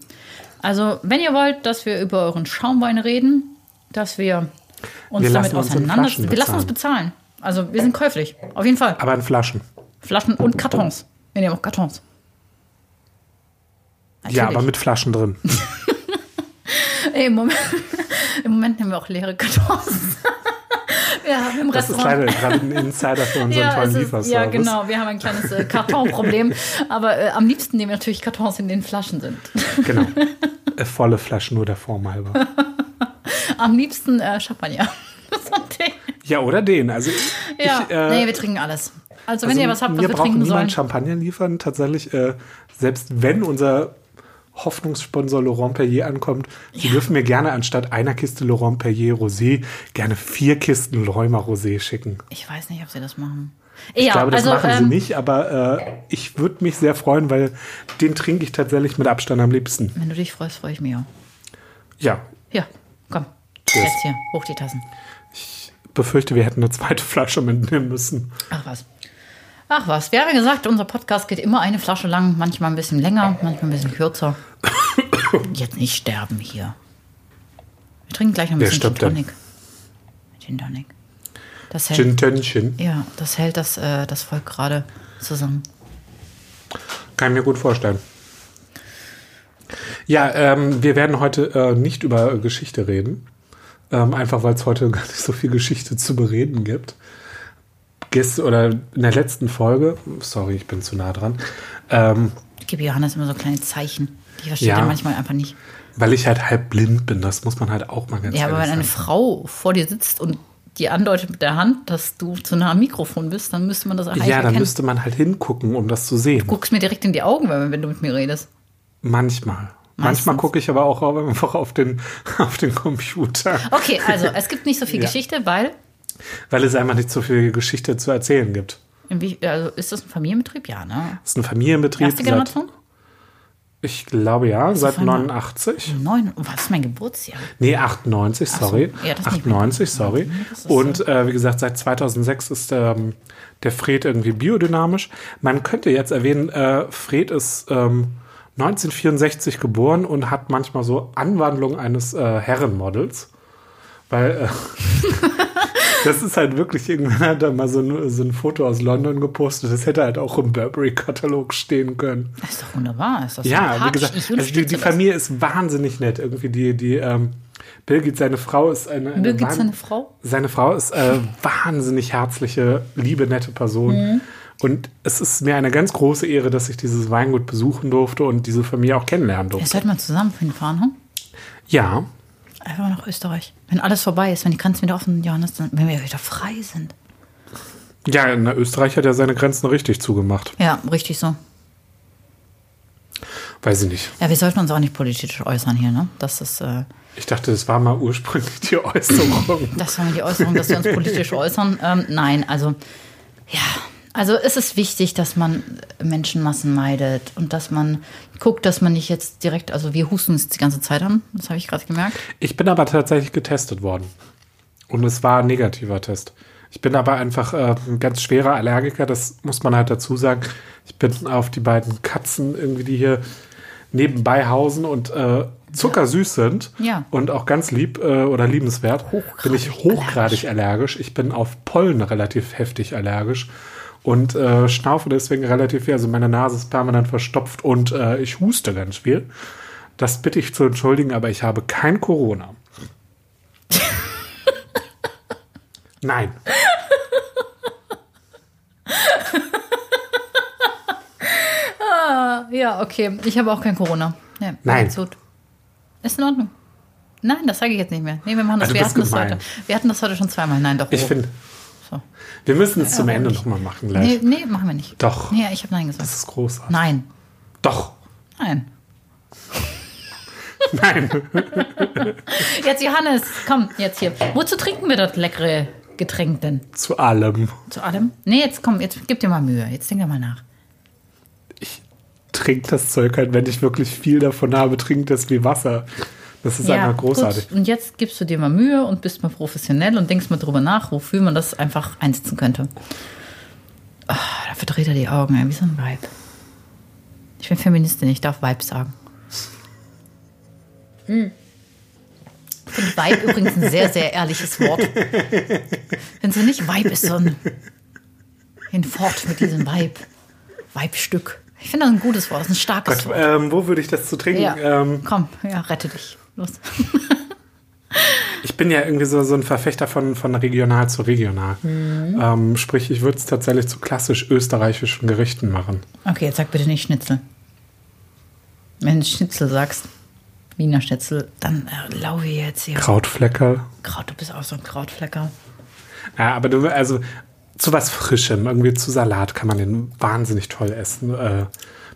Also, wenn ihr wollt, dass wir über euren Schaumwein reden, dass wir uns Wir damit lassen uns in Flaschen auseinandersetzen. Wir lassen uns bezahlen. Also, wir sind käuflich. Auf jeden Fall. Aber in Flaschen. Flaschen und Kartons. Wir nehmen auch Kartons. Ja, Natürlich. aber mit Flaschen drin. Ey, im, Moment, Im Moment nehmen wir auch leere Kartons. wir haben im Das ist Restaurant leider gerade ein Insider für unseren es tollen ist- Lieferservice. ja, genau. Wir haben ein kleines äh, Kartonproblem. aber äh, am liebsten nehmen wir natürlich Kartons, in denen Flaschen sind. genau. Äh, Volle Flaschen nur der Form halber. Am liebsten äh, Champagner. So ein Ding. Ja, oder den. Also, ja. ich, äh, nee, wir trinken alles. Also, wenn also ihr was habt, was mir wir braucht trinken niemand sollen. Champagner liefern. Tatsächlich, äh, selbst wenn unser Hoffnungssponsor Laurent Perrier ankommt, sie dürfen mir gerne anstatt einer Kiste Laurent Perrier Rosé gerne vier Kisten Läumer Rosé schicken. Ich weiß nicht, ob sie das machen. Ich ja, Ich glaube, das also, machen ähm, sie nicht, aber äh, ich würde mich sehr freuen, weil den trinke ich tatsächlich mit Abstand am liebsten. Wenn du dich freust, freue ich mich auch. Ja, Ja, komm. Cheers. Jetzt hier, hoch die Tassen. befürchte, wir hätten eine zweite Flasche mitnehmen müssen. Ach was. Ach was. Wir haben ja gesagt, unser Podcast geht immer eine Flasche lang, manchmal ein bisschen länger, manchmal ein bisschen kürzer. Jetzt nicht sterben hier. Wir trinken gleich noch ein Wer bisschen Gin stirbt denn? Tonic. Gin Tonic. Das hält, Gin Tönnchen. ja, das hält das, äh, das Volk gerade zusammen. Kann ich mir gut vorstellen. Ja, ähm, wir werden heute äh, nicht über Geschichte reden. Ähm, einfach weil es heute gar nicht so viel Geschichte zu bereden gibt. Gest oder in der letzten Folge, sorry, ich bin zu nah dran, ähm, Ich gebe Johannes immer so kleine Zeichen. Die versteht Ja. er manchmal einfach nicht. weil ich halt halb blind bin, das muss man halt auch mal ganz Ja, aber ehrlich wenn eine sagen. Frau vor dir sitzt und dir andeutet mit der Hand, dass du zu nah am Mikrofon bist, dann müsste man das eigentlich ja, dann erkennen. müsste man halt hingucken, um das zu sehen. Guckst mir direkt in die Augen, wenn, wenn du mit mir redest. Manchmal. Manchmal Meistens. gucke ich aber auch einfach auf den, auf den Computer, Okay, also es gibt nicht so viel Ja. Geschichte, weil weil es einfach nicht so viel Geschichte zu erzählen gibt. in wie- also ist das ein Familienbetrieb? Ja, ne? Es ist ein Familienbetrieb. Erste seit- Generation? Ich glaube ja, seit vorhin mal- 89. Neun, was ist mein Geburtsjahr? Nee, 98, so. sorry. Ja, das nicht mehr. 98, sorry. das ist Und äh, wie gesagt, seit 2006 ist ähm, der Fred irgendwie biodynamisch. Man könnte jetzt erwähnen, äh, Fred ist ähm, 1964 geboren und hat manchmal so Anwandlung eines äh, Herrenmodels. Weil äh, das ist halt wirklich, irgendwann hat er mal so ein, so ein Foto aus London gepostet. Das hätte halt auch im Burberry-Katalog stehen können. Das ist doch wunderbar. Ist das Ja, wie sympathisch? gesagt, ich also die, unterstütze die das. Familie ist wahnsinnig nett. Irgendwie die, die ähm, Birgit, seine Frau ist eine, eine Birgit, wahn- seine Frau? Seine Frau ist äh, wahnsinnig herzliche, liebe, nette Person. Mhm. Und es ist mir eine ganz große Ehre, dass ich dieses Weingut besuchen durfte und diese Familie auch kennenlernen Jetzt durfte. sollten wir zusammen hinfahren, hm? Ja, Einfach nach Österreich. Wenn alles vorbei ist, wenn die Grenzen wieder offen sind, Johannes, dann, wenn wir wieder frei sind. ja, in Österreich hat er seine Grenzen richtig zugemacht. Ja, richtig so. Weiß ich nicht. Ja, wir sollten uns auch nicht politisch äußern hier, ne? Das ist, äh, Ich dachte, das war mal ursprünglich die Äußerung. das war mir die Äußerung, dass wir uns politisch äußern. Ähm, nein, also, ja. Also es ist wichtig, dass man Menschenmassen meidet und dass man guckt, dass man nicht jetzt direkt, also wir husten uns die ganze Zeit an, das habe ich gerade gemerkt. Ich bin aber tatsächlich getestet worden. Und es war ein negativer Test. Ich bin aber einfach äh, ein ganz schwerer Allergiker, das muss man halt dazu sagen. Ich bin auf die beiden Katzen irgendwie, die hier nebenbei hausen und äh, zuckersüß sind Ja. und auch ganz lieb äh, oder liebenswert, Hochgradig bin ich hochgradig allergisch. Ich bin auf Pollen relativ heftig allergisch und äh, schnaufe deswegen relativ viel. Also meine Nase ist permanent verstopft und äh, ich huste ganz viel. Das bitte ich zu entschuldigen, aber ich habe kein Corona. Nein. Ja, okay. Ich habe auch kein Corona. Nee, mir Nein. geht's gut. Ist in Ordnung. Nein, das sage ich jetzt nicht mehr. Nee, wir machen das. Ah, du wir, bist hatten das gemein. heute. wir hatten das heute schon zweimal. Nein, doch. Ich oh. finde, So. wir müssen es zum Ja, Ende ruhig. nochmal machen Nee, gleich. nee, machen wir nicht. Doch. Nee, ich habe Nein gesagt. Das ist großartig. Nein. Doch. Nein. Nein. Jetzt, Johannes, komm, jetzt hier. Wozu trinken wir das leckere Getränk denn? zu allem. Zu allem? Nee, jetzt komm, jetzt gib dir mal Mühe. Jetzt denk dir mal nach. Trink das Zeug halt, wenn ich wirklich viel davon habe, trink das wie Wasser. Das ist einfach großartig. Gut. Und jetzt gibst du dir mal Mühe und bist mal professionell und denkst mal drüber nach, wofür man das einfach einsetzen könnte. Ah, da verdreht er die Augen, ey, wie so ein Vibe. Ich bin Feministin, ich darf Vibe sagen. Ich finde Vibe übrigens ein sehr, sehr ehrliches Wort. Wenn sie nicht Vibe ist, dann hinfort mit diesem Vibe. Vibe-Stück. Ich finde das ein gutes Wort, das ist ein starkes Wort. Ähm, wo würde ich das zu trinken? Ja. Ähm, Komm, ja, rette dich. Los. Ich bin ja irgendwie so, so ein Verfechter von, von regional zu regional. Mhm. Ähm, sprich, ich würde es tatsächlich zu klassisch österreichischen Gerichten machen. Okay, jetzt sag bitte nicht Schnitzel. Wenn du Schnitzel sagst, Wiener Schnitzel, dann äh, laufe ich jetzt hier. Krautfleckerl. Kraut, du bist auch so ein Krautflecker. Ja, aber du, also zu was Frischem, irgendwie zu Salat kann man den wahnsinnig toll essen, äh,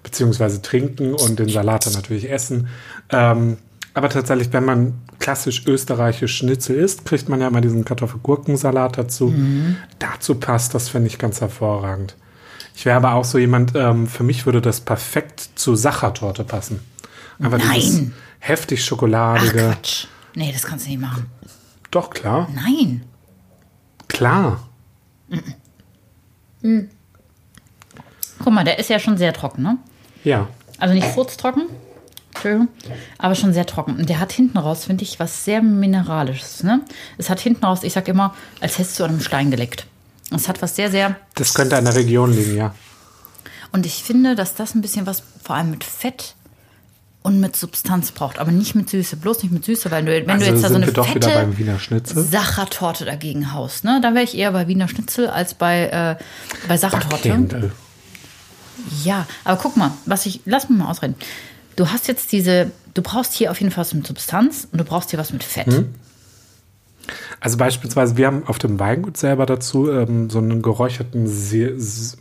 beziehungsweise trinken und den Salat dann natürlich essen. Ähm, aber tatsächlich, wenn man klassisch österreichisch Schnitzel isst, kriegt man ja immer diesen Kartoffelgurkensalat dazu. Mhm. Dazu passt das, finde ich, ganz hervorragend. Ich wäre aber auch so jemand, ähm, für mich würde das perfekt zu Sachertorte passen. Aber dieses Nein. heftig Ach, schokoladige. Quatsch. Nee, das kannst du nicht machen. Doch, klar. Nein. Klar. Guck mal, der ist ja schon sehr trocken, ne? Ja. Also nicht furztrocken, Entschuldigung. Aber schon sehr trocken. Und der hat hinten raus, finde ich, was sehr Mineralisches. Ne? Es hat hinten raus, ich sag immer, als hättest du an einem Stein geleckt. Es hat was sehr, sehr. Das könnte an der Region liegen, ja. Und ich finde, dass das ein bisschen was, vor allem mit Fett und mit Substanz braucht. Aber nicht mit Süße, bloß nicht mit Süße, weil du, wenn also du jetzt da so sind eine wir doch wieder fette beim Wiener Schnitzel. Sachertorte dagegen haust, ne? Da wäre ich eher bei Wiener Schnitzel als bei, äh, bei Sachertorte. Backendl. Ja, aber guck mal, was ich, lass mich mal ausreden. Du hast jetzt diese, du brauchst hier auf jeden Fall was mit Substanz und du brauchst hier was mit Fett. Hm, Also beispielsweise, wir haben auf dem Weingut selber dazu ähm, so einen geräucherten See, S-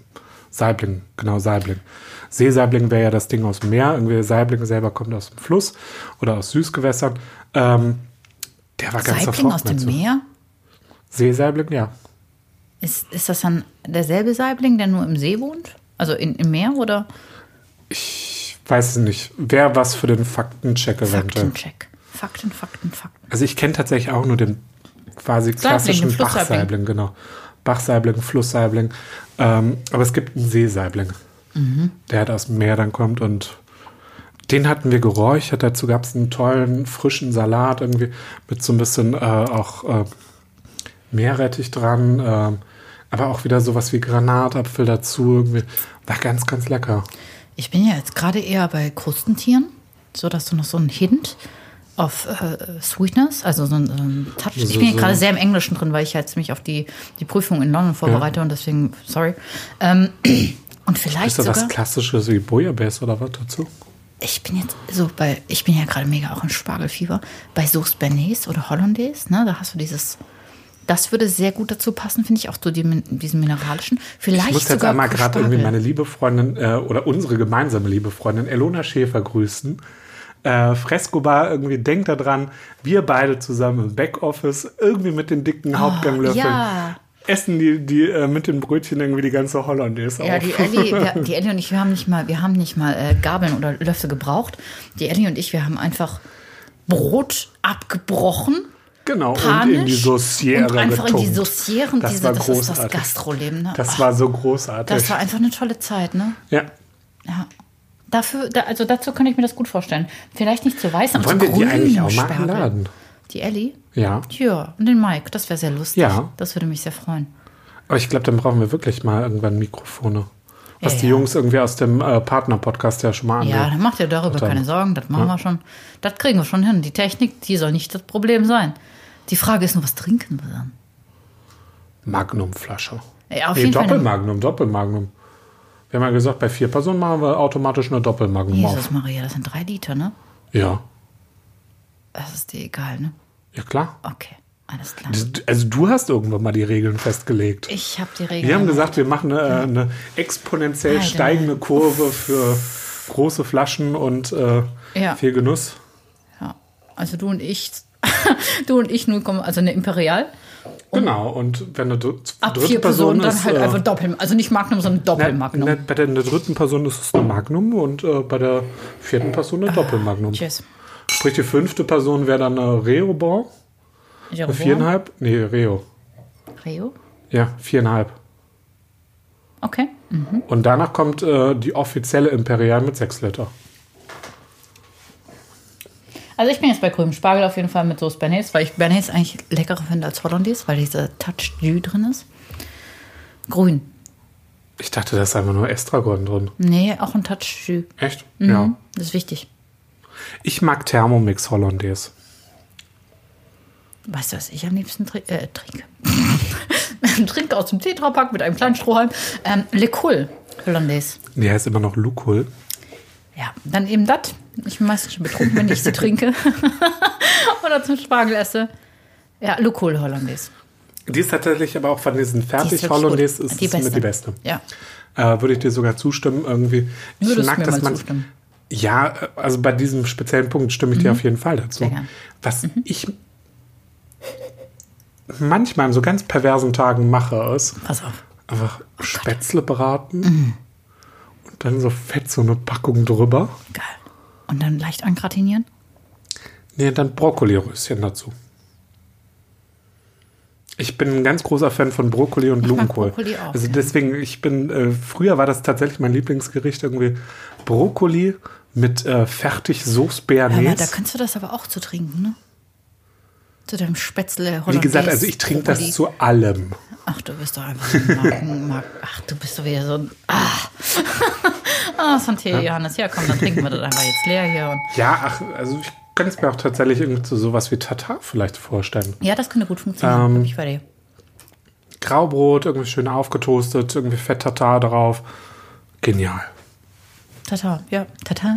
Saibling, genau Saibling. Seesaibling wäre ja das Ding aus dem Meer. Irgendwie Saibling selber kommt aus dem Fluss oder aus Süßgewässern. Ähm, der war ganz Saibling aus dem Meer? Seesaibling, ja. Ist, ist das dann derselbe Saibling, der nur im See wohnt? Also in, im Meer oder Ich weiß es nicht. Wäre was für den Faktencheck eventuell. Faktencheck? Fakten, Fakten, Fakten. Also ich kenne tatsächlich auch nur den quasi klassischen den Flusssaibling. Bachsaibling, genau. Bachsaibling, Flusssaibling. Ähm, aber es gibt einen Seesaibling, Mhm. der halt aus dem Meer dann kommt und den hatten wir geräuchert. Dazu gab es einen tollen, frischen Salat irgendwie mit so ein bisschen äh, auch äh, Meerrettich dran. ähm, aber auch wieder sowas wie Granatapfel dazu. Irgendwie. War ganz, ganz lecker. Ich bin ja jetzt gerade eher bei Krustentieren, sodass du noch so einen Hint auf äh, Sweetness, also so einen ähm, Touch. Ich So- bin hier so- gerade sehr im Englischen drin, weil ich jetzt mich auf die, die Prüfung in London vorbereite und deswegen, sorry. Ähm, und vielleicht Ist da sogar. was Klassisches wie Bouillabaisse oder was dazu? Ich bin jetzt so bei, ich bin ja gerade mega auch im Spargelfieber. Bei Sauce Bernays oder Hollandaise, ne, da hast du dieses, das würde sehr gut dazu passen, finde ich, auch zu dem, diesen mineralischen. Vielleicht Ich muss jetzt sogar einmal gerade Spargel. irgendwie meine liebe Freundin äh, oder unsere gemeinsame liebe Freundin Elona Schäfer grüßen. Äh, Frescobar irgendwie denkt daran, wir beide zusammen im Backoffice, irgendwie mit den dicken Hauptganglöffeln, Oh, ja. essen die, die äh, mit den Brötchen irgendwie die ganze Hollandaise Ja, auf. die Ellie, wir, die Ellie und ich, wir haben nicht mal, wir haben nicht mal äh, Gabeln oder Löffel gebraucht. Die Ellie und ich, wir haben einfach Brot abgebrochen. Genau, und panisch in die Sauciere und einfach in die getunkt. Sauciere und das diese- war das ist das großartig. Gastroleben, ne? Das Ach. war so großartig. Das war einfach eine tolle Zeit, ne? ja. Ja. Dafür, da, also dazu kann ich mir das gut vorstellen. Vielleicht nicht zu weiß, aber Wollen zu wir die eigentlich auch mal Spargel. einladen? Die Ellie? Ja. Ja, und den Mike, das wäre sehr lustig. Ja. Das würde mich sehr freuen. Aber ich glaube, dann brauchen wir wirklich mal irgendwann Mikrofone. Was Ja, die ja. Jungs irgendwie aus dem äh, Partner-Podcast ja schon mal angeht. Ja, dann macht ihr darüber dann- keine Sorgen, das machen wir schon. Das kriegen wir schon hin. Die Technik, die soll nicht das Problem sein. Die Frage ist nur, was trinken wir dann? Magnumflasche. Ja, auf nee, jeden Fall eine- Doppelmagnum, Doppelmagnum. Wir haben ja gesagt, bei vier Personen machen wir automatisch eine Doppelmagnum Jesus auf. Maria, das sind drei Liter, ne? Ja, Das ist dir egal, ne? ja klar. Okay, alles klar. D- Also du hast irgendwann mal die Regeln festgelegt. Ich habe die Regeln. wir haben gesagt, wir machen eine, eine exponentiell Alter. steigende Kurve für große Flaschen und äh, Ja. viel Genuss. Ja. Also du und ich, du und ich 0, also eine Imperial. Genau, und wenn eine dr Ab dritte vier Person Personen dann ist, halt äh, einfach Doppel, also nicht Magnum, sondern ne, Doppelmagnum. ne, bei der, in der dritten Person ist es eine Magnum und äh, bei der vierten Person eine Doppelmagnum. Ah, Tschüss. Sprich, die fünfte Person wäre dann äh, eine Reobon. Jeroboam, Eine äh, viereinhalb? Nee, Reo. Rio. Ja, viereinhalb. Okay. Mhm. Und danach kommt äh, die offizielle Imperial mit sechs Liter. Also ich bin jetzt bei grünem Spargel auf jeden Fall mit Soße Bernays, weil ich Bernays eigentlich leckerer finde als Hollandaise, weil dieser Touch Jus drin ist. Grün. Ich dachte, da ist einfach nur Estragon drin. Nee, auch ein Touch Jus. Echt? Mhm. Ja. Das ist wichtig. Ich mag Thermomix Hollandaise. Weißt du, was ich am liebsten tri äh, trinke? trinke aus dem Tetrapack mit einem kleinen Strohhalm. Ähm, Le Cool Hollandaise. Die heißt immer noch Lukul. bin Ja, dann eben das. Ich bin meistens schon betrunken, wenn ich sie trinke. Oder zum Spargel esse. Ja, Le Cool Hollandaise. Die ist tatsächlich aber auch von diesen Die ist fertig wirklich Hollandaise gut. ist es mit die beste. Ja. Äh, würde ich dir sogar zustimmen irgendwie. Ich Würdest mag, du mir dass mal man zustimmen? Mhm. Ja, äh, also bei diesem speziellen Punkt stimme ich dir auf jeden Fall dazu. Sehr gern. Mhm. Was ich manchmal an so ganz perversen Tagen mache, ist Pass auf. Oh einfach Spätzle braten Mhm. und dann so fett so eine Packung drüber. Geil. Und dann leicht angratinieren. Nee, dann Brokkoliröschen dazu. Ich bin ein ganz großer Fan von Brokkoli und Blumenkohl. Brokkoli auch, also ja. deswegen, ich bin, äh, früher war das tatsächlich mein Lieblingsgericht irgendwie Brokkoli mit äh, fertig Soße Hör mal, da Béarnaise. kannst du das aber auch zu trinken, ne? Zu deinem Spätzle Wie gesagt, also ich trinke das zu allem. Ach, du bist doch einfach so ein Marken, Mark Ach, du bist doch wieder so ein. Ah, ah Santé, Johannes. Ja, komm, dann trinken wir das einfach jetzt leer hier. Und Ja, ach, also ich könnte es mir auch tatsächlich irgendwie zu sowas wie Tatar vielleicht vorstellen. ja, das könnte gut funktionieren. Ähm, bin ich bei dir. Graubrot, irgendwie schön aufgetoastet, irgendwie Fett Tatar drauf. Genial. Tata, ja. Tata.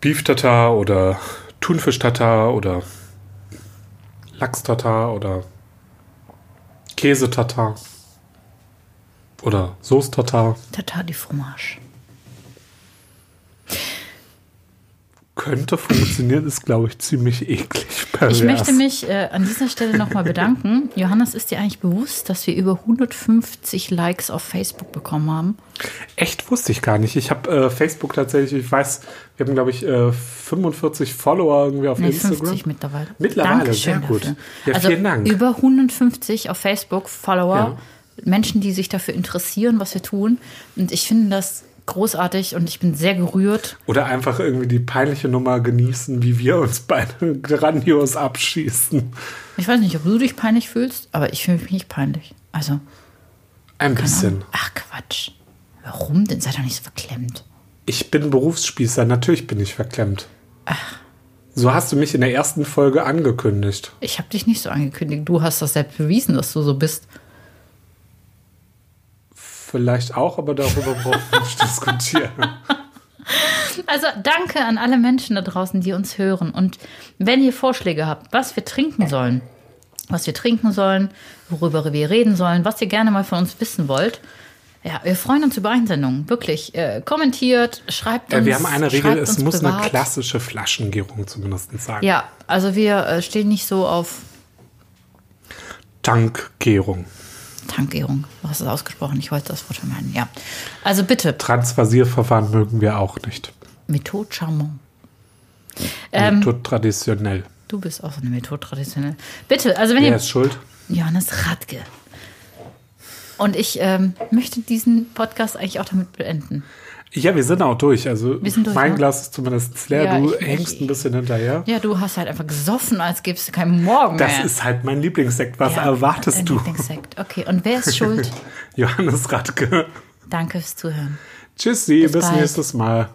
Beef Tatar oder Thunfisch Tatar oder Lachs Tatar oder Käse Tatar oder Soße Tatar Tata, die Fromage. könnte funktionieren, ist glaube ich ziemlich eklig. Pervers. Ich möchte mich äh, an dieser Stelle nochmal bedanken. Johannes, ist dir eigentlich bewusst, dass wir über 150 Likes auf Facebook bekommen haben? Echt wusste ich gar nicht. Ich habe äh, Facebook tatsächlich, ich weiß, wir haben glaube ich äh, 45 Follower irgendwie auf Nee, Instagram. 50 mittlerweile. Mittlerweile, sehr gut. dafür. Ja, also vielen Dank. Über 150 auf Facebook Follower, Ja. Menschen, die sich dafür interessieren, was wir tun. Und ich finde das großartig und ich bin sehr gerührt. Oder einfach irgendwie die peinliche Nummer genießen, wie wir uns beide grandios abschießen. Ich weiß nicht, ob du dich peinlich fühlst, aber ich fühle mich nicht peinlich. Also, Ein keine bisschen. Ahnung. Ach Quatsch. Warum denn? Sei doch nicht so verklemmt. Ich bin Berufsspießer, natürlich bin ich verklemmt. So hast du mich in der ersten Folge angekündigt. Ich habe dich nicht so angekündigt. Du hast das selbst bewiesen, dass du so bist. Vielleicht auch, aber darüber brauchen wir nicht diskutieren. Also danke an alle Menschen da draußen, die uns hören. Und wenn ihr Vorschläge habt, was wir trinken sollen, was wir trinken sollen, worüber wir reden sollen, was ihr gerne mal von uns wissen wollt, ja, wir freuen uns über Einsendungen. Wirklich. Äh, kommentiert, schreibt uns. Äh, wir haben eine Regel, schreibt es uns muss eine privat. klassische Flaschengärung zumindest sein. Ja, also wir äh, stehen nicht so auf Tankgärung. Tankgärung. Du hast es ausgesprochen. Ich wollte das Wort vermeiden. Ja. Also bitte, Transvasierverfahren mögen wir auch nicht. Methode Charmant. Ähm. Methode traditionell. Du bist auch so eine Methode traditionell. Bitte, also wenn Wer ihr ist schuld? Johannes Radke. Und ich ähm, möchte diesen Podcast eigentlich auch damit beenden. Ja, wir sind auch durch. Also Wir sind durch, mein ne? Glas ist zumindest leer. Ja, du ich- hängst ich- ein bisschen hinterher. Ja, du hast halt einfach gesoffen, als gäbe es keinen Morgen Das mehr. ist halt mein Lieblingssekt. Was Ja, Äh, dein erwartest du? Lieblingssekt. Okay, und wer ist schuld? Johannes Radke. Danke fürs Zuhören. Tschüssi, bis, bald. nächstes Mal.